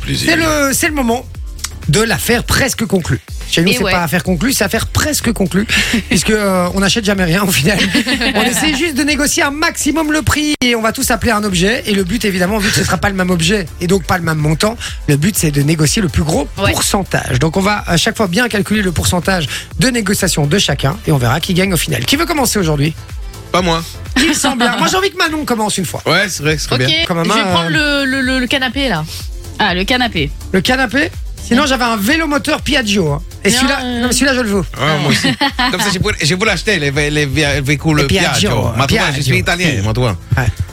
plaisir. C'est le, c'est le moment de l'affaire presque conclue. Chez nous, Et c'est ouais. pas affaire conclue, c'est affaire presque conclue, puisque euh, on n'achète jamais rien au final. on essaie juste de négocier un maximum le prix et on va tous appeler un objet. Et le but, évidemment, vu que ce sera pas le même objet et donc pas le même montant, le but c'est de négocier le plus gros Ouais. pourcentage. Donc on va à chaque fois bien calculer le pourcentage de négociation de chacun et on verra qui gagne au final. Qui veut commencer aujourd'hui Pas moi. Il semble. Ah. bien. Moi, j'ai envie que Manon commence une fois. Ouais, c'est vrai, c'est hein. Ok, bien. Comme un je vais main, prendre le, le- le- le canapé là. Ah, le canapé. Le canapé. Sinon, j'avais un vélo moteur Piaggio. hein. Et Non, celui-là, euh, non, mais celui-là, je le veux. Ouais, moi aussi. Comme ça, j'ai voulu, j'ai voulu acheter les, vé- les, vé- véhicules Le Piaggio, Piaggio. Maintenant, Piaggio. je suis italien, maintenant.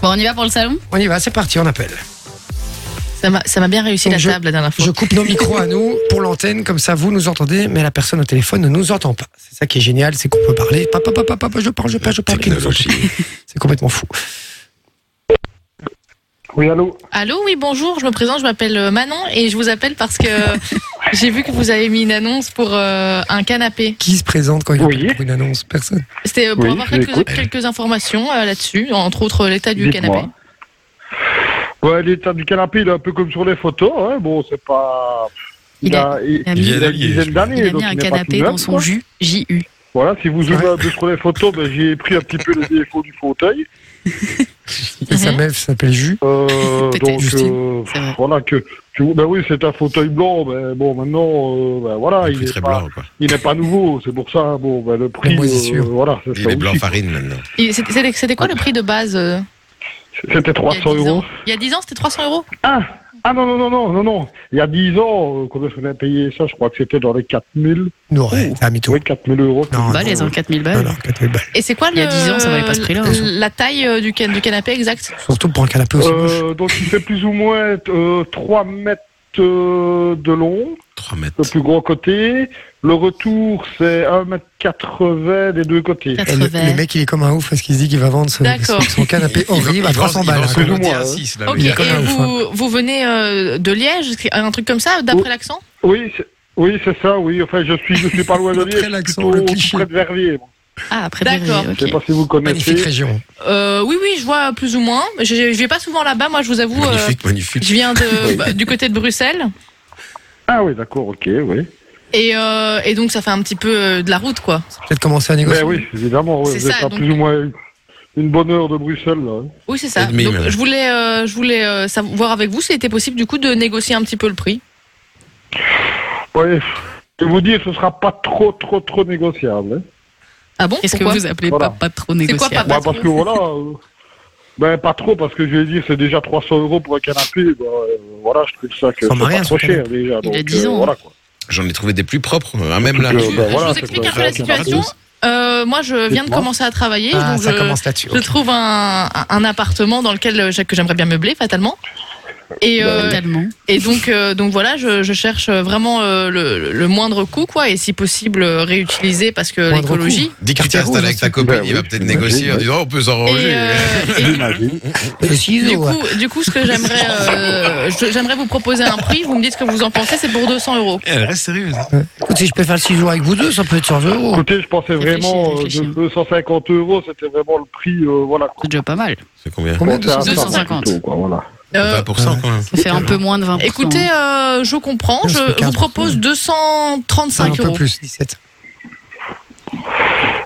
Bon, on y va pour le salon On y va, c'est parti, on appelle. Ça m'a ça m'a bien réussi Donc la je- table la dernière fois. Je coupe nos micros à nous pour l'antenne, comme ça vous nous entendez, mais la personne au téléphone ne nous entend pas. C'est ça qui est génial, c'est qu'on peut parler. Papa, papa, papa, je parle, je parle, je parle. il nous entend pas. C'est complètement fou. Oui, allô Allô, oui, bonjour, je me présente, je m'appelle euh, Manon et je vous appelle parce que j'ai vu que vous avez mis une annonce pour euh, un canapé. Qui se présente quand il Oui. appelle pour une annonce Personne. C'était euh, pour Oui, avoir je quelques, l'écoute. quelques informations euh, là-dessus, entre autres euh, l'état du Dites-moi. canapé. Ouais, l'état du canapé, il est un peu comme sur les photos. Hein. Bon, c'est pas. Il a- il a mis- il a une dizaine d'années. Il a donc mis un n'est pas tout canapé neuf, dans son quoi. jus, J-U. Voilà, si vous Ouais. ouvrez un peu sur les photos, ben, j'ai pris un petit peu les défauts du fauteuil. Mm-hmm. Et sa meuf s'appelle Jus. Euh, Peut-être, donc, Justine, euh, c'est vrai. voilà, que. que- ben oui, c'est un fauteuil blanc, mais bon, maintenant, euh, ben voilà, il Il est n'est très pas, blanc, quoi. il est pas nouveau, c'est pour ça, bon, ben le prix, La moisissure. euh, voilà, c'est Il ça est blanc aussi. farine, maintenant. Et c'était- C'était c'était quoi le prix de base euh, C'était il y a 300 10 euros. ans Il y a 10 ans, c'était 300 euros Ah, ah non, non, non, non, non, non, il y a 10 ans, euh, combien on a payé ça, je crois que c'était dans les 4000, Non, ouais, t'as mis tout. Oh. oui, 4000 euros. Non, Balles, non, elles ont 4000 non, balles. non, 4000 balles. Et c'est quoi Il y a le- 10 ans, ça valait pas ce prix-là. hein. La taille euh, du, can- du canapé exacte Surtout pour un canapé aussi moche. Euh, donc il fait plus ou moins euh, 3 mètres euh, de long, 3 mètres. le plus grand côté. Le retour, c'est 1 mètre 80 des deux côtés. Et le, 80. le mec, il est comme un ouf parce qu'il se dit qu'il va vendre ce- D'accord. son canapé Oh, horrible à 300 balles. vend son- Moi, hein. 6, là, Ok, le il et est comme un ouf, vous, vous venez euh, de Liège, un truc comme ça, d'après Oh. l'accent Oui, c'est- oui, c'est ça, oui. Enfin, je suis, je suis pas loin de Après Liège, je suis l'accent, plutôt le cliché. près de Verviers. moi. Ah, après, D'accord. ok. Je sais pas si vous Magnifique connaissez. région. Euh, Oui, oui, je vois plus ou moins. Je, je vais pas souvent là-bas, moi je vous avoue. euh, Magnifique, magnifique. je viens de, bah, du côté de Bruxelles. Ah oui, d'accord, ok, oui. Et, euh, et donc ça fait un petit peu euh, de la route, quoi. Peut-être commencer à négocier. Ben oui, évidemment, oui, C'est vous êtes ça, à donc- plus ou moins une- une bonne heure de Bruxelles. Là. hein. Oui, c'est ça. Et demi, donc madame. je voulais, euh, je voulais euh, savoir avec vous s'il était possible du coup de négocier un petit peu le prix. Ouais. Je vais vous dire, ce sera pas trop, trop, trop négociable. hein. Ah bon Qu'est-ce que Pourquoi vous appelez Voilà. pas, pas trop quoi, négociable pas- Bah, trop. parce que voilà. euh, ben, pas trop, parce que je vais dire, c'est déjà 300 euros pour un canapé. bah, euh, voilà, je trouve ça que Sans c'est rien, pas trop son cher déjà. Il a donc, euh, 10 ans, hein. voilà, quoi. J'en ai trouvé des plus propres, hein, même là. Donc, Je- euh, ben, Je voilà, vous c'est explique quoi, un peu la c'est un canapé. situation. Euh, moi, je viens de Dites-moi. commencer à travailler, Ah, donc ça je, commence là-dessus. je ok. trouve un, un appartement dans lequel euh, que j'aimerais bien meubler, fatalement. Bah Et, euh, Totalement. et donc, euh, donc voilà, je, je cherche vraiment euh, le, le moindre coût, quoi, et si possible euh, réutiliser parce que Moindre coût. l'écologie. Dis qu'il Cartier t'installe rouge, avec hein, ta copine, Ben il va oui, peut-être j'imagine, négocier en ouais. disant oh, on peut Et, s'arranger. euh, et J'imagine. Le ciseau, Du ouais. coup, du coup, ce que j'aimerais, euh, je- j'aimerais vous proposer un prix. Vous me dites ce que vous en pensez. C'est pour 200 euros. Eh, Elle reste sérieuse. Écoute, si je peux faire le ciseau avec vous deux, ça peut être 100 euros. Écoutez, je pensais Réfléchis, vraiment euh, réfléchis. de 250 euros, c'était vraiment le prix, euh, voilà. quoi. C'est déjà pas mal. C'est combien Combien Pensez à ça, 250. plutôt, quoi, voilà. Euh, 20% quand même. Ça fait un peu moins de Bah, 20%. écoutez, euh, je comprends. Non, ça fait Je vous quatre. propose Ah, Un 235 peu euros. plus, 17.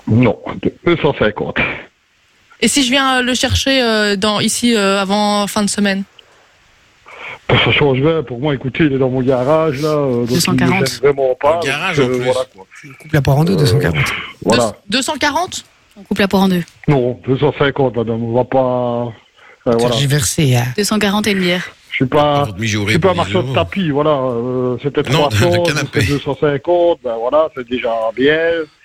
Non, 250. Et si je viens euh, le chercher euh, dans ici euh, avant fin de semaine Bon, Ça change bien pour moi. Écoutez, il est dans mon garage là. euh, donc il me 240. gêne vraiment pas. Dans le garage, donc, en euh, plus. Voilà. Quoi. Coupe la poire en Euh, deux, 240. voilà. Deux- 240 on coupe la poire en deux. Non, 250, madame. On va pas. Enfin, voilà. J'ai versé. hein. 240 et une bière. Je suis pas. Je suis pas un marchand de tape. tapis. Voilà. Euh, c'était bah, Non, 300, de- de canapé. c'était 250. Ben voilà, c'est déjà bien.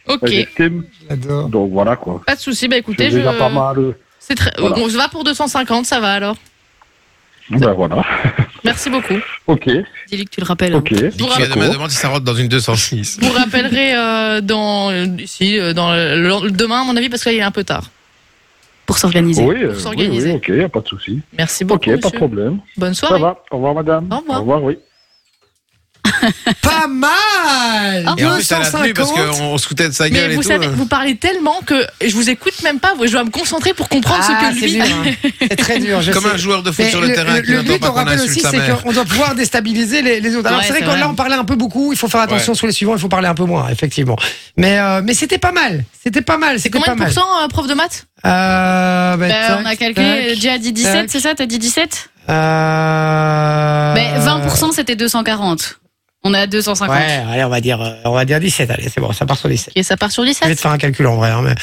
Ok, ben, J'estime. J'adore. Donc voilà quoi. pas de souci. Bah C'est écoutez, je... déjà pas mal. c'est très- Voilà. on se va pour 250. Ça va alors. Ben voilà. Merci beaucoup. Ok. Dis-lui que tu le rappelles. hein. Ok. Dis qu'il D'accord. me demande si ça rentre dans une 206. Vous rappellerez euh, dans euh, ici euh, dans le- le- demain à mon avis parce que là il est un peu tard. Pour s'organiser. Oui, euh, Pour oui, s'organiser. oui, ok, y a pas de souci. Merci beaucoup. Ok, pas de monsieur. problème. Bonne Ça soirée. va. Au revoir, madame. Au revoir. Au revoir, oui. Pas mal Et en plus, ça l'a tenu parce 250 qu'on se foutait de sa Mais gueule vous et savez, euh. tout. hein. vous parlez tellement que je vous écoute même pas. Je dois me concentrer pour comprendre Ah, ce que c'est lui. dur, hein. C'est très dur, je Comme sais. un joueur de foot Mais sur le, terrain qui le n'entend but, pas on qu'on rappelle aussi, insulte sa c'est mère. qu'on doit pouvoir déstabiliser les, les autres. Alors, Ouais, c'est vrai c'est qu'on vrai. là, on parlait un peu beaucoup. Il faut faire attention Ouais. sur les suivants. Il faut parler un peu moins, effectivement. Mais, euh, mais c'était pas mal. C'était pas mal. C'était Combien pas de mal. pourcents, euh, prof de maths Euh, bah, Bah, tac, on a calculé, tac, Jay a dit tac. 17, c'est ça T'as dit Bah, 17 Euh, Mais 20% c'était 240. On est à 250. Ouais, allez, on va dire, euh, on va dire 17. Allez, c'est bon, ça part sur 17. Ok, ça part sur Je vais 17. te faire un calcul en vrai. hein, mais-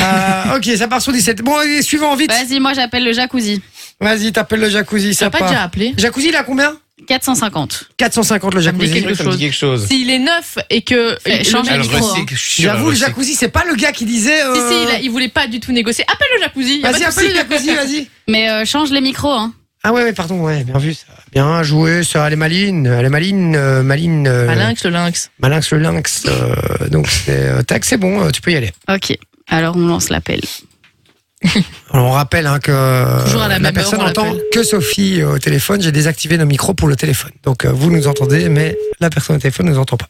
Euh, ok, ça part sur 17. Bon, allez, suivant, vite. Vas-y, moi j'appelle le jacuzzi. Vas-y, t'appelles le jacuzzi. Tu Ça pas part. déjà appelé Jacuzzi, il a combien 450. 450 le Ça me dit jacuzzi. quelque Ça me dit quelque chose. S'il est neuf et que. Fais- le change mec- Elle le micro, hein. recycle. je suis sûr, elle J'avoue, le recycle. jacuzzi, c'est pas le gars qui disait. euh, Si, si, il, a- il voulait pas du tout négocier. Appelle le jacuzzi. y a pas Vas-y, de appelle le souci. jacuzzi, vas-y. Mais euh, change les micros, hein. Ah ouais, ouais, pardon, ouais, bien vu ça. Bien joué, ça. Elle est maline, elle est maline, euh, maline. euh, Malinx, le Ah, lynx. Malinx le lynx. euh, donc c'est euh, tac, c'est bon, euh, tu peux y aller. Ok. Alors on lance l'appel. Alors, on rappelle hein, que euh, Toujours à la même personne heure, on n'entend l'appelle. que Sophie euh, au téléphone. J'ai désactivé nos micros pour le téléphone. Donc euh, vous nous entendez, mais la personne au téléphone ne nous entend pas.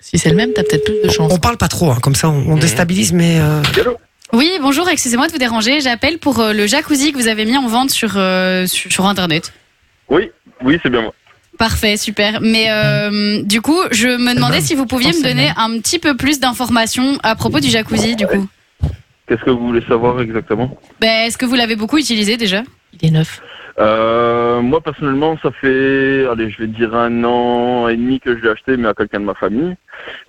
Si c'est le même, t'as peut-être plus de chance. On parle pas trop, hein, comme ça on, on déstabilise, mais euh, Oui, bonjour, excusez-moi de vous déranger. J'appelle pour euh, le jacuzzi que vous avez mis en vente sur, euh, sur, sur Internet. Oui, oui, c'est bien moi. Parfait, super. Mais euh, du coup, je me demandais même. si vous pouviez Attends, me c'est le donner un petit peu plus d'informations à propos du jacuzzi, du coup. Qu'est-ce que vous voulez savoir exactement Ben, Est-ce que vous l'avez beaucoup utilisé déjà Il est neuf. euh, Moi, personnellement, ça fait, allez, je vais dire un an et demi que je l'ai acheté, mais à quelqu'un de ma famille,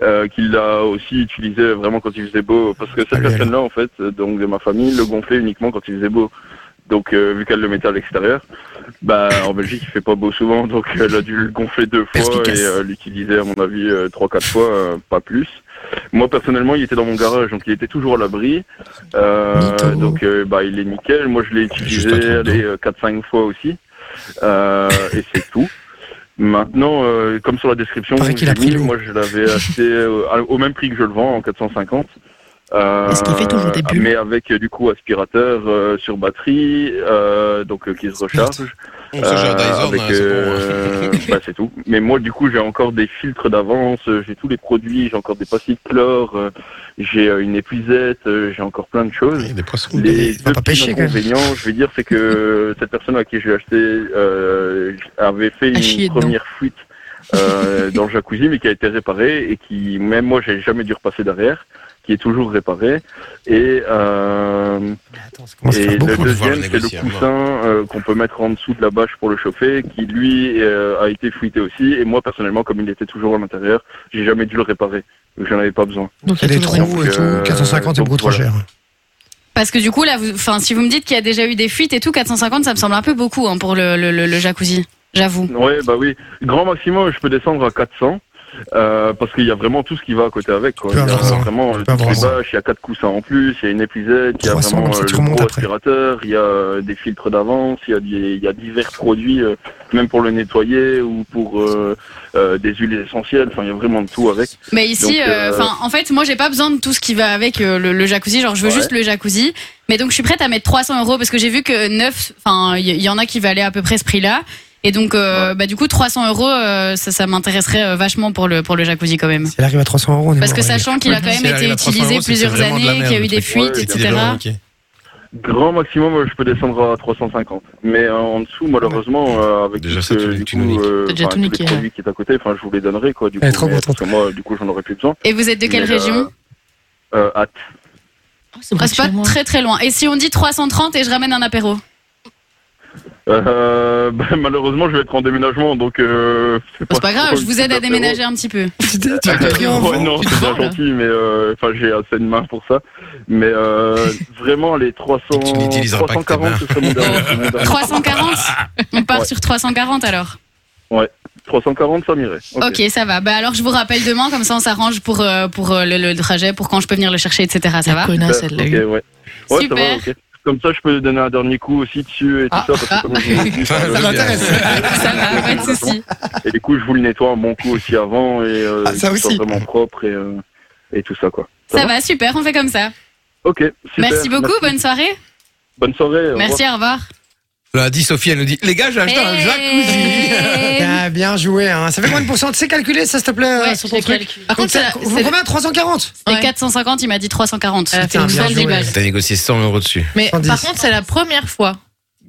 euh, qui l'a aussi utilisé vraiment quand il faisait beau. Parce que Ah, cette lui, alors. personne-là, en fait, euh, donc de ma famille, le gonflait uniquement quand il faisait beau. Donc, euh, vu qu'elle le mettait à l'extérieur, bah, en Belgique, il fait pas beau souvent, donc elle a dû le gonfler deux Parce fois qu'il casse. et euh, l'utiliser, à mon avis, euh, trois, quatre fois, euh, pas plus. Moi, personnellement, il était dans mon garage, donc il était toujours à l'abri. Mytho. Euh, donc, euh, bah, il est nickel. Moi, je l'ai utilisé Juste un truc, les 4-5 fois aussi. Euh, et c'est tout. Maintenant, euh, comme sur la description, Paraît vous qu'il a l'avez pris mis, l'eau. moi je l'avais acheté euh, à- au même prix que je le vends, en 450. Euh, Est-ce qu'il fait toujours des bulles Mais avec euh, du coup aspirateur euh, sur batterie, euh, donc euh, qui se recharge. On se gère Euh, Dyson, avec, hein, c'est bon, hein. euh, bah, c'est tout. Mais moi, du coup, j'ai encore des filtres d'avance, euh, j'ai tous les produits, j'ai encore des pastilles de chlore, euh, j'ai euh, une épuisette, euh, j'ai encore plein de choses. Il y a des poissons. Les va deux pas petits pêcher, quand même. inconvénients, je vais dire, c'est que cette personne à qui j'ai acheté euh, avait fait À chier une dedans. première fuite euh, dans le jacuzzi, mais qui a été réparée et qui, même moi, j'ai jamais dû repasser derrière, qui est toujours réparée. Et euh, attends, ça commence à et faire le beaucoup. de voir le deuxième, c'est négocier, le coussin euh, qu'on peut mettre en dessous de la bâche pour le chauffer, qui lui euh, a été fuité aussi. Et moi, personnellement, comme il était toujours à l'intérieur, j'ai jamais dû le réparer. Donc, j'en avais pas besoin. Donc Il y a des toujours une- trous et tout, euh, 450 est donc beaucoup trop voilà. cher. Parce que du coup, là, vous, enfin, si vous me dites qu'il y a déjà eu des fuites et tout, 450, ça me semble un peu beaucoup hein, pour le, le, le, le jacuzzi. J'avoue. Ouais, bah oui. Grand maximum, je peux descendre à 400. Euh, parce qu'il y a vraiment tout ce qui va à côté avec. Quoi. Tu peux il y a avoir ça. vraiment Tu peux toutes les avoir ça. bâches, il y a quatre coussins en plus, il y a une épuisette, il y a 300, vraiment comme ça, euh, tu le remontes gros après. aspirateur, il y a euh, des filtres d'avance, il y a, des- il y a divers produits, euh, même pour le nettoyer ou pour euh, euh, des huiles essentielles. Enfin, il y a vraiment de tout avec. Mais ici, Donc, euh, enfin, en fait, moi, j'ai pas besoin de tout ce qui va avec euh, le, le jacuzzi. Genre, je veux Ouais. juste le jacuzzi. Mais donc, je suis prête à mettre 300 euros parce que j'ai vu que neuf, enfin, il y, y en a qui valaient à peu près ce prix-là. Et donc, euh, bah, du coup, 300 euros, euh, ça, ça m'intéresserait euh, vachement pour le pour le jacuzzi quand même. Si elle arrive à 300 euros, on est Parce mort, que ouais. sachant qu'il a quand Si même elle arrive été à 300 euros, utilisé c'est que c'est plusieurs vraiment de la années, qu'il y a merde, le eu des truc. fuites, Ouais, C'est etc. vraiment ok. Grand maximum, je peux descendre à 350. Mais euh, en dessous, malheureusement, euh, avec Déjà, tout, ça, tu- ce- tu du nous coup, niques. euh, T'as déjà enfin, tout tous niqué, hein. les produits qui est à côté, enfin, je vous les donnerai, quoi, du Elle est coup. trop mais contente. parce que moi, du coup, j'en aurais plus besoin. Et vous êtes de quelle Mais, euh, région Euh, à Oh, c'est Ah, vrai C'est pas que chez moi. très très loin. Et si on dit 330 et je ramène un apéro Euh, bah, malheureusement, je vais être en déménagement, donc euh, Bah, C'est pas grave, trop je vous aide à une petite déménager un petit peu. Ah, Putain, tu as apéro. pris en Ouais, non, tu te c'est bien vends, là. gentil, mais euh, enfin, j'ai assez de main pour ça. Mais euh, vraiment, les 300, Tu n'utiliseras pas que tes 340, mains. ce serait mon dernier. c'est mon dernier. 340 On part Ouais. sur 340 alors. 340, ça m'irait. Ok. ok, ça va. Bah alors je vous rappelle demain, comme ça on s'arrange pour, euh, pour euh, le, le trajet, pour quand je peux venir le chercher, etc. Ça va Connasse, Bah, Ok, elle l'a eu. ouais. Ouais, ça va, Super. Ah. ok. Comme ça, je peux donner un dernier coup aussi dessus et tout ça, parce que comme je vous l'ai dit, Ça enfin, le- m'intéresse. Ça va, pas de soucis. hein. Et du coup, je vous le nettoie un bon coup aussi avant et euh, Ah, ça qu'il soit aussi. vraiment propre et, euh, et tout ça, quoi. Ça va, super, on fait comme ça. Ok, super. Merci beaucoup, bonne soirée. Bonne soirée. au revoir. Merci, au revoir. Eh. Là, dit Sophie, elle nous dit Les gars, j'ai acheté un jacuzzi. Hey. Ah, bien joué. Hein. Ça fait combien de pourcents Tu sais calculer ça, s'il te plaît euh, Ouais, sur je ton l'ai truc calculé. Par Donc, contre, c'est t'as- la- vous c'est- combien 340 C'était Ouais. 450, il m'a dit 340. Elle a fait Ah, Putain, une bien belle joué. déballée. T'as négocié 100 euros dessus. Mais 110. par contre, c'est la première fois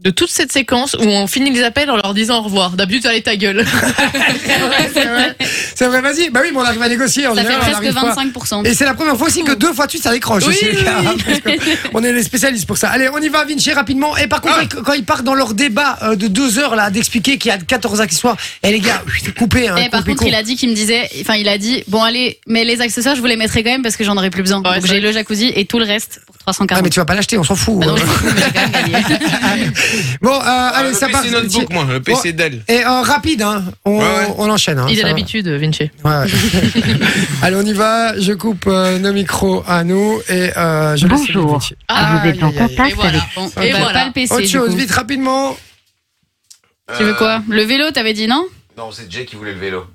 de toute cette séquence où on finit les appels en leur disant au revoir. D'habitude, allez ta gueule. C'est vrai, vas-y. Bah oui, mais on arrive à négocier. En Ça fait général, on presque arrive pas. 25%. Et c'est la première fois aussi que deux fois de suite ça décroche Oui, aussi, les oui, gars, hein, parce que on est les spécialistes pour ça. Allez, on y va, Vinci, rapidement. Et par contre, Ah. quand- quand ils partent dans leur débat euh, de deux heures, là, d'expliquer qu'il y a 14 ans qui soient, et eh, les gars, c'est coupé. Hein, Et Eh, par coupé, contre, coupé. il a dit qu'il me disait, enfin, il a dit, bon, allez, mais les accessoires, je vous les mettrai quand même parce que j'en aurais plus besoin. Ouais, Donc ça- j'ai le jacuzzi et tout le reste pour Ah, 340. mais tu vas pas l'acheter, on s'en fout. Bah non, Euh, je m'en fous, mais j'ai quand même gagné. Bon, euh, Ah, allez, le ça part. PC notebook, moi. Le PC d'elle. Et euh, rapide, hein, on, Ouais, ouais. on enchaîne. Hein, Il ça a va. l'habitude, Vinci. Ouais. Allez, on y va. Je coupe euh, nos micros à nous et euh, je laisse Bonjour. Vinci. Ah, Vous êtes en aïe, aïe, aïe. contact Et voilà. avec Bon, Et bah, voilà. pas le PC. Autre du chose, coup. vite, rapidement. Tu Euh, veux quoi Le vélo, t'avais dit non Euh, Non, c'est Jay qui voulait le vélo.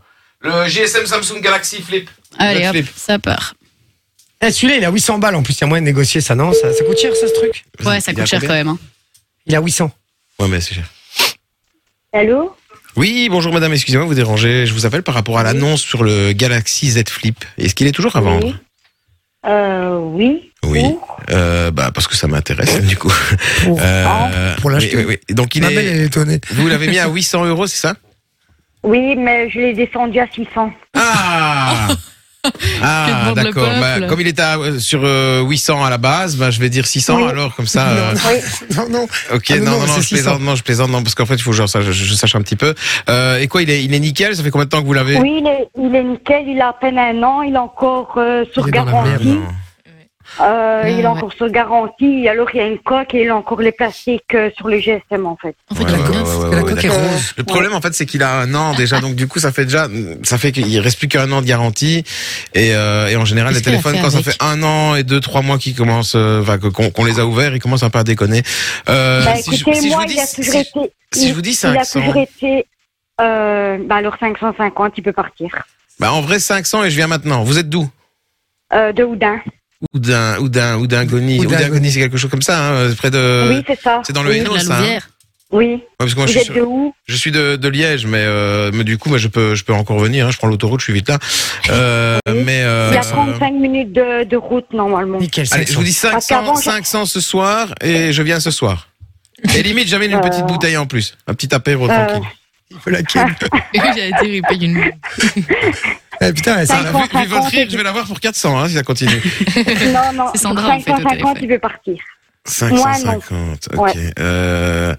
Le GSM Samsung Galaxy Flip. Allez, hop, flip. ça part. Eh, Celui-là, il a 800 balles en plus. Il y a moyen de négocier ça, non ça, ça coûte cher, ça, ce truc Ouais, ça Il a coûte cher quand combien même. hein. Il a 800. Ouais, mais c'est cher. Allô Oui, bonjour madame, excusez-moi de vous déranger. Je vous appelle par rapport à l'annonce sur le Galaxy Z Flip. Est-ce qu'il est toujours à vendre Oui. Euh, oui. Ah Oui. Pour Euh, bah, parce que ça m'intéresse, du coup. Pour, Euh, pour l'acheter. oui, oui, oui. Donc, il Ma est- belle, elle est étonnée. vous l'avez mis à 800 euros, c'est ça Oui, mais je l'ai descendu à 600. Ah Ah, demande le d'accord. Bah, peuple comme il était à- sur euh, 800 à la base, bah, je vais dire 600 Oui. alors, comme ça. euh, Oui. Non, non. Ok, Ah, non, non, non, non, c'est je 600. plaisante, non, je plaisante, non, parce qu'en fait, il faut que je, je- je sache un petit peu. Euh, et quoi, il est, il est nickel Ça fait combien de temps que vous l'avez Oui, il est, il est nickel. Il a à peine un an. Il est encore euh, sur Il est dans la merde, garantie. Ah, non. Euh, il est ouais. encore sur garantie. Alors, il y a une coque et il a encore les plastiques euh, sur le GSM, en fait. En fait, Ouais, la ouais, coque, ouais, ouais, la ouais, coque est d'accord. rose. Le problème, en fait, c'est qu'il a un an déjà, donc du coup, ça fait déjà, ça fait qu'il reste plus qu'un an de garantie. Et, euh, et en général, les Qu'est-ce qu'elle a téléphones, fait quand ça avec fait un an et deux, trois mois qu'ils commencent, euh, enfin, que- qu'on qu'on les a ouverts, ils commencent un peu à déconner. Euh, bah, si je- écoutez, si je moi, vous dis- il a toujours si- été. si je il- vous dis il a 500. toujours été. Euh, bah, alors, 550, il peut partir. Bah, en vrai, 500 et je viens maintenant. Vous êtes d'où Euh, de Houdin. Ou d'un, ou d'un, ou d'un goni. Ou Ou d'un d'un Goni. goni, c'est quelque chose comme ça, hein, près de. oui, c'est ça. C'est dans le Oui. Hainaut, La ça. hein Ouais, Louvière. Oui. parce que moi, je Vous suis êtes sur- de où Je suis de, de Liège, mais, euh, mais du coup, bah, je peux, je peux encore venir. hein. je prends l'autoroute, je suis vite là. Euh, Oui. Mais euh, Il y a 35 minutes de, de route, normalement. Nickel, allez, je 500. vous dis 500, Parce Ah, qu'avant, je- 500 ce soir et je viens ce soir. Et limite, j'amène une Euh. petite bouteille en plus, un petit apéro Euh. tranquille. Il faut la ken. j'allais dire, il paye une. Eh, putain, elle, Ça, ça- vu, 550, vu votre rythme, je vais l'avoir pour 400 hein, si ça continue. Non, non, C'est pour Sandra, en fait, au 550, téléphone. il veut partir. non. 550, ok. Euh,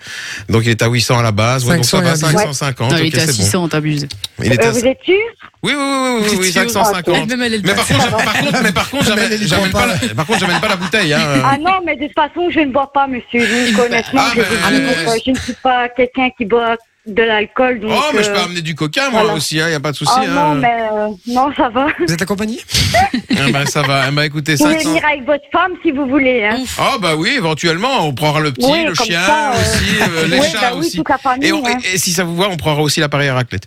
donc il est à 800 à la base, ouais, donc ça 500, va, il y a dit. 550, Non, il ok, était à c'est bon. 600, t'abuses. Il était Euh, à... vous êtes sûr Oui, oui, oui, oui, oui, Petite Quand- 550. Même elle, elle Mais par contre, j'amène- par contre, mais par contre, Mais elle j'amène y j'amène croit pas, pas. la- par contre, j'amène pas la bouteille. Hein. Ah non, mais de toute façon, je ne bois pas, monsieur. Donc, honnêtement, Ah, je, mais- vous ah, dis, mais- euh, je ne suis pas quelqu'un qui boit de l'alcool. donc, Oh, mais je euh, peux amener du coca, moi voilà. aussi, il n'y a pas de souci. ah hein. non, mais euh, non, ça va. Vous vous êtes accompagné Ah bah, ça va, Ah bah, écoutez, pouvez 500. venir avec votre femme si vous voulez. Hein. Ah bah oui, éventuellement, on prendra le petit, Oui, le comme chien ça, euh, aussi, euh, les oui, chats bah oui, aussi. toute la famille. et, on- hein. et- et si ça vous va, on prendra aussi l'appareil à raclette.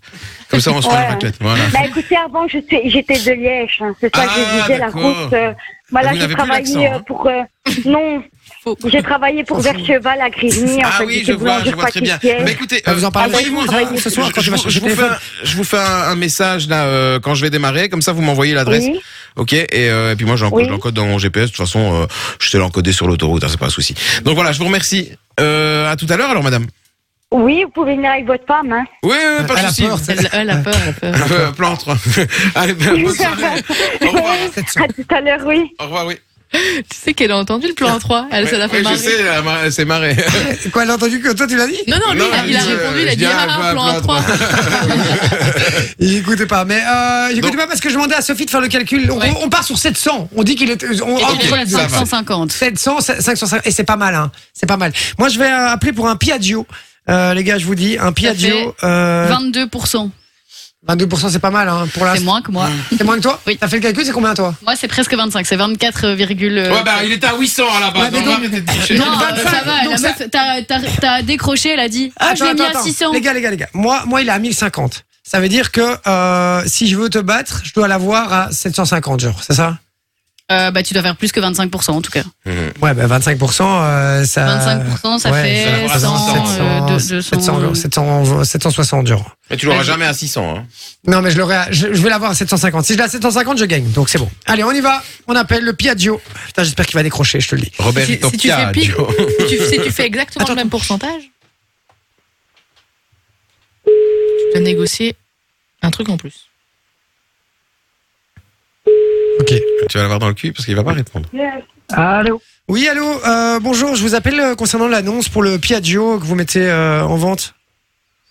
Comme ça, on se prend la Ouais. raclette. Voilà. Bah écoutez, avant, je suis- j'étais de Liège. hein, C'est ça que Ah, je disais, la d'accord. Ah, route. euh, voilà, Vous j'ai n'avez plus travaillé l'accent, euh, hein. pour. euh, non, Faux. j'ai travaillé pour Vercheval à Grigny. en Ah fait, oui, j'étais je vois, je boulangère vois très bien. pâtissière. Mais écoutez, Ah, vous en parlez envoyez-moi- avec moi, hein, ce soir, quand je, tu vas vous- sur je le vous fais téléphone. un, je vous fais un, un message là euh, quand je vais démarrer, comme ça vous m'envoyez l'adresse, Oui. ok et, euh, et puis moi j'enco- Oui. je l'encode dans mon GPS. De toute façon, euh, je te l'encodé sur l'autoroute, hein, c'est pas un souci. Donc voilà, je vous remercie. Euh, à tout à l'heure alors, madame. Oui, vous pouvez venir avec votre femme. Hein. Oui, oui, oui, pas Elle de a souci. peur. Elle, elle a peur, elle a peur. Euh, plan 3. Allez, ben, bonne soirée. Au revoir. à tout à l'heure, oui. Au revoir, oui. Tu sais qu'elle a entendu le plan 3. Elle, ça l'a fait Oui, marrer. Euh, Je sais, elle a mar- elle s'est marrée. Quoi, elle a entendu que toi tu l'as dit Non, non, lui, Non, il a, il a je- répondu, il a je dis, dit ah, ah, bah, plan plan 3. Il écoutait pas, mais euh, il écoutait Donc- pas parce que je demandais à Sophie de faire le calcul. On, Ouais. on part sur 700. On dit qu'il est. euh, On, oh, Il on- était ok, pour la ça va. 550. 700, 550, et c'est pas mal, hein. C'est pas mal. Moi, je vais euh, appeler pour un Piaggio. Euh, les gars, je vous dis, un Piaggio. Euh, 22%. 22%, c'est pas mal, hein. Pour Ah, la. C'est moins que moi. hmm. C'est moins que toi Oui. T'as fait le calcul, c'est combien toi Moi, c'est presque 25. C'est 24, Ouais, bah, il était à 800 à la Ouais, base. hein. mais on va donc- arrêter de tricher. euh, Non, Donc, euh, ça 25, va. donc La ça- meuf, t'as- t'as t'as décroché, elle a dit. Ah, je l'ai mis à 600. Les gars, les gars, les gars. Moi, moi, il est à 1050. Ça veut dire que euh, si je veux te battre, je dois l'avoir à 750, genre, c'est ça euh, bah, tu dois faire plus que 25% en tout cas. Ouais, bah 25%, euh, ça. 25%, ça ouais, fait ça fait 100, 700, euh, deux- 700 200, euros, 700, 760 euros. Mais tu l'auras jamais à 600. Hein. Non, mais je l'aurai. à- Je, je vais l'avoir à 750. Si je l'ai à 750, je gagne. Donc c'est bon. Allez, on y va. On appelle le Piaggio. Putain, j'espère qu'il va décrocher, je te le dis. Robert Si- si tu fais pique. Piaggio. Si tu, si tu fais exactement le même pourcentage, tu peux négocier un truc en plus. Ok. Tu vas l'avoir dans le cul parce qu'il va pas répondre. Allô Oui, allô. euh, bonjour. Je vous appelle euh, concernant l'annonce pour le Piaggio que vous mettez euh, en vente.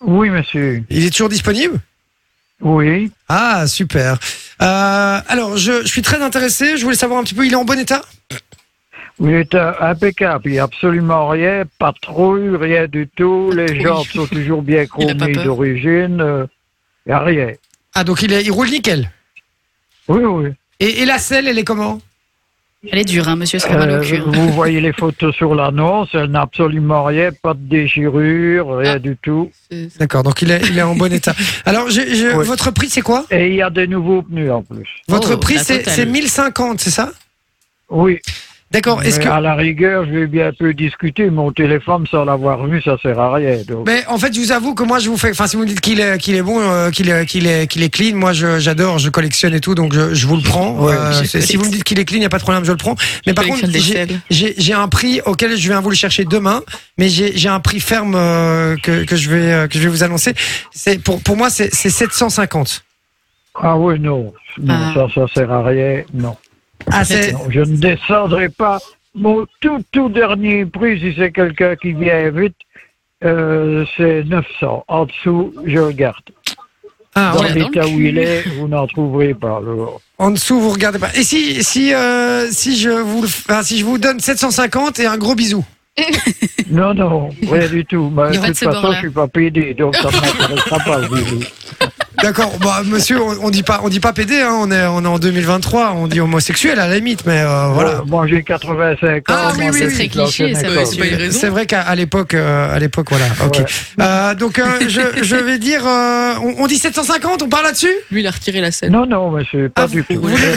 Oui, monsieur. Il est toujours disponible Oui. Ah, super. Euh, alors, je, je suis très intéressé. Je voulais savoir un petit peu. Il est en bon état Il est euh, impeccable. Il n'y a absolument rien, pas de trouille, rien du tout. Les trouille. jambes sont toujours bien Ah, Il a pas chromées peur. d'origine. euh, Il n'y a rien. Ah, donc il, est, il roule nickel. Oui, oui. Et, et la selle, elle est comment Elle est dure, hein, monsieur, ça fait mal au Euh, cul. hein. vous voyez les photos sur l'annonce, elle n'a absolument rien, pas de déchirure, rien Ah. du tout. C'est- D'accord. Donc il est, il est en bon état. Alors, je, je- Ouais. votre prix, c'est quoi Et il y a des nouveaux pneus en plus. Votre Oh, prix, la c'est totale. c'est 1050, c'est ça Oui, D'accord. Est-ce mais que à la rigueur, je vais bien peu discuter. Mon téléphone, sans l'avoir vu, ça sert à rien. Donc. mais en fait, je vous avoue que moi, je vous fais. Enfin, si vous me dites qu'il est, qu'il est bon, euh, qu'il est, qu'il est, qu'il est clean, moi, je- j'adore, je, collectionne et tout, donc je, je vous le prends. Ouais, Euh, je c'est- si collectionne. vous me dites qu'il est clean, il n'y a pas de problème, je le prends. Mais par contre, collectionne des j'ai- selles. j'ai j'ai un prix auquel je viens vous le chercher demain, mais j'ai j'ai un prix ferme euh, que, que je vais euh, que je vais vous annoncer. C'est pour pour moi, c'est c'est 750. Ah oui, non, non Ah. ça, ça sert à rien. Non, Ah, c'est non, je ne descendrai pas. Mon tout, tout dernier prix, si c'est quelqu'un qui vient vite, euh, c'est 900. En dessous, je regarde. ah, Dans ouais. ouais, dans le l'état où cul. il est, vous n'en trouverez pas. alors. en dessous vous regardez pas. Et si si euh, si je vous le, enfin, si je vous donne 750 et un gros bisou. Non, non, rien du tout. Bah, Il de va de toute ce façon, bord-là. je suis pas pédé, donc ça ne m'intéressera pas. le bisou. D'accord, bah monsieur, on, on dit pas, on dit pas PD, hein, on est, on est en 2023, on dit homosexuel à la limite, mais euh, voilà. Voilà. Moi, j'ai 85 ans. Ah oui, moi, oui, oui. je suis C'est très cliché, l'ancienne ça, école. monsieur. une raison. C'est vrai qu'à à l'époque, euh, à l'époque, voilà. Ok. Ouais. Euh, donc euh, je, je vais dire, euh, on, on dit 750, on parle là-dessus Lui, il a retiré la scène. Non, non, monsieur, pas Ah, du tout. vous voulez-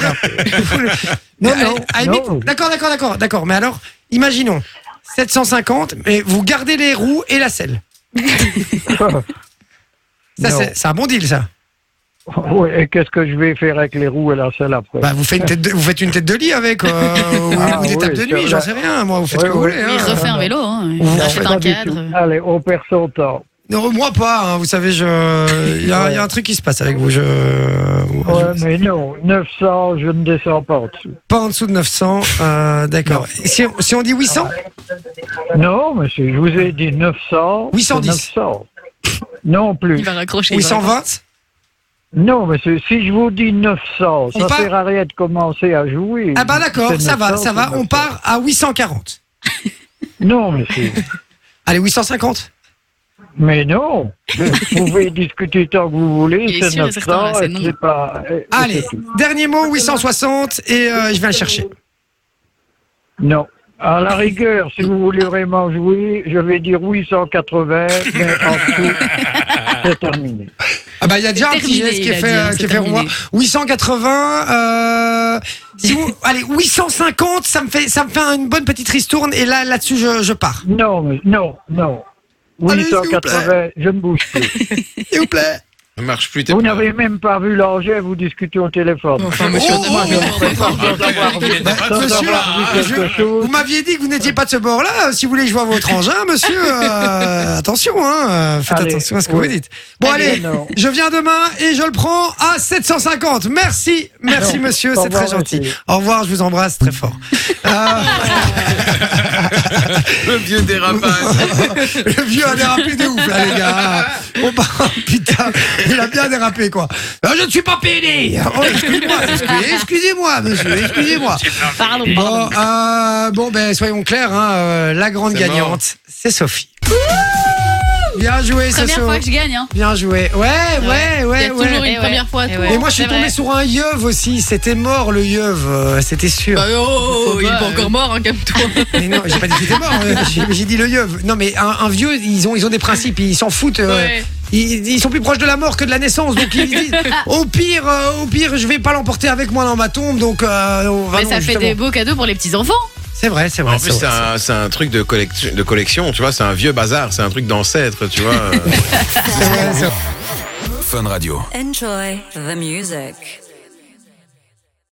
Non, Mais à- non, à la limite- non. D'accord, d'accord, d'accord, d'accord. Mais alors, imaginons 750, mais vous gardez les roues et la selle. Ça, Non. c'est c'est un bon deal, ça. Oui, et qu'est-ce que je vais faire avec les roues et la selle après Bah, vous faites une tête de, vous faites une tête de lit avec, euh, ou Ah, ou une oui, étape de c'est nuit, vrai. j'en sais rien. Moi, vous faites ce Ouais, que vous ouais. voulez. hein. Il refait un vélo, hein. Vous il achète Pas un du cadre. tout. Allez, on perd son temps. Non, moi pas, hein. vous savez, je... il, y a, il y a un truc qui se passe avec vous. Je... Ouais, je- mais non, 900, je ne descends pas au-dessus. Pas en dessous de 900, euh, d'accord. Si, on- si on dit 800 Non, monsieur, je vous ai dit 900. 810. 900. Non Il plus. va raccrocher. il va 820 Non, monsieur, si je vous dis 900, ça On part- sert à rien de commencer à jouer. Ah bah d'accord, C'est ça va, 900, ça va, c'est on 900. part à 840. Non, monsieur. Allez, 850 Mais non. Vous pouvez discuter tant que vous voulez. Il est C'est sûr et certain, là, 900. c'est et non. c'est pas. euh, et- et Allez, c'est tout. dernier mot, 860, et euh, je viens le chercher. Non. À la rigueur, si vous voulez vraiment jouer, je vais dire 880, mais en dessous, c'est terminé. Ah bah il y a déjà un petit Terminé, geste qui il est a fait, dit, hein, euh, qui c'est est fait pour moi. terminé. 880, euh, si vous- allez, 850, ça me fait, ça me fait une bonne petite ristourne, et là, là-dessus, je, je pars. Non, mais- non, non. Allez, s'il vous plaît. 880, je ne bouge plus. S'il vous plaît. Ne marche plus, t'es Vous pas- n'avez même pas vu l'enjeu, vous discutez au téléphone. Enfin, monsieur, Oh, demande- oh, oh, Ah, Bah, Sans monsieur, avoir euh, vu quelque je- chose. Vous m'aviez dit que vous n'étiez pas de ce bord-là. euh, Si vous voulez que je vois votre engin, monsieur, euh, attention, hein, euh, faites Allez, attention à ce que ouais. vous dites. Bon, allez, Allez, non. je viens demain et je le prends à 750. Merci, merci, Non, monsieur, au c'est très revoir, gentil. monsieur. Au revoir, je vous embrasse très fort. Euh, Le vieux dérapage. le vieux a dérapé de ouf, là, les gars. Oh, bah, putain, il a bien dérapé, quoi. Euh, je ne suis pas pédé. Oh, excusez-moi, excusez- excusez-moi, monsieur, excusez-moi. falloir- Pardon, pardon. Bon, euh, bon ben soyons clairs, hein, euh, la grande C'est gagnante, c'est Sophie. Bien joué, Première Soso. fois que je gagne, hein. Bien joué. Ouais, ouais, Il y ouais, a ouais. toujours Et une ouais. première fois. à Et tout. ouais. Et moi, je suis C'est tombé vrai. sur un yeuve aussi. C'était mort, le yeuve. euh, C'était sûr. Bah, oh, oh, oh, Faut il est pas, pas euh. encore mort, hein, comme toi. Mais non, j'ai pas dit qu'il était mort. euh, J'ai j'ai dit le yeuve. Non, mais un, un vieux, ils ont, ils ont des principes. Ils s'en foutent. euh, Ouais. Ils, ils sont plus proches de la mort que de la naissance, donc ils disent au pire, euh, au pire, je vais pas l'emporter avec moi dans ma tombe, donc. euh, on va- Mais non, ça fait justement. des beaux cadeaux pour les petits enfants. C'est vrai, c'est vrai. En plus, c'est c'est vrai. un, c'est un truc de, collect- de collection, tu vois, c'est un vieux bazar, c'est un truc d'ancêtre, tu vois. euh. C'est vrai, c'est vrai. Enjoy the music.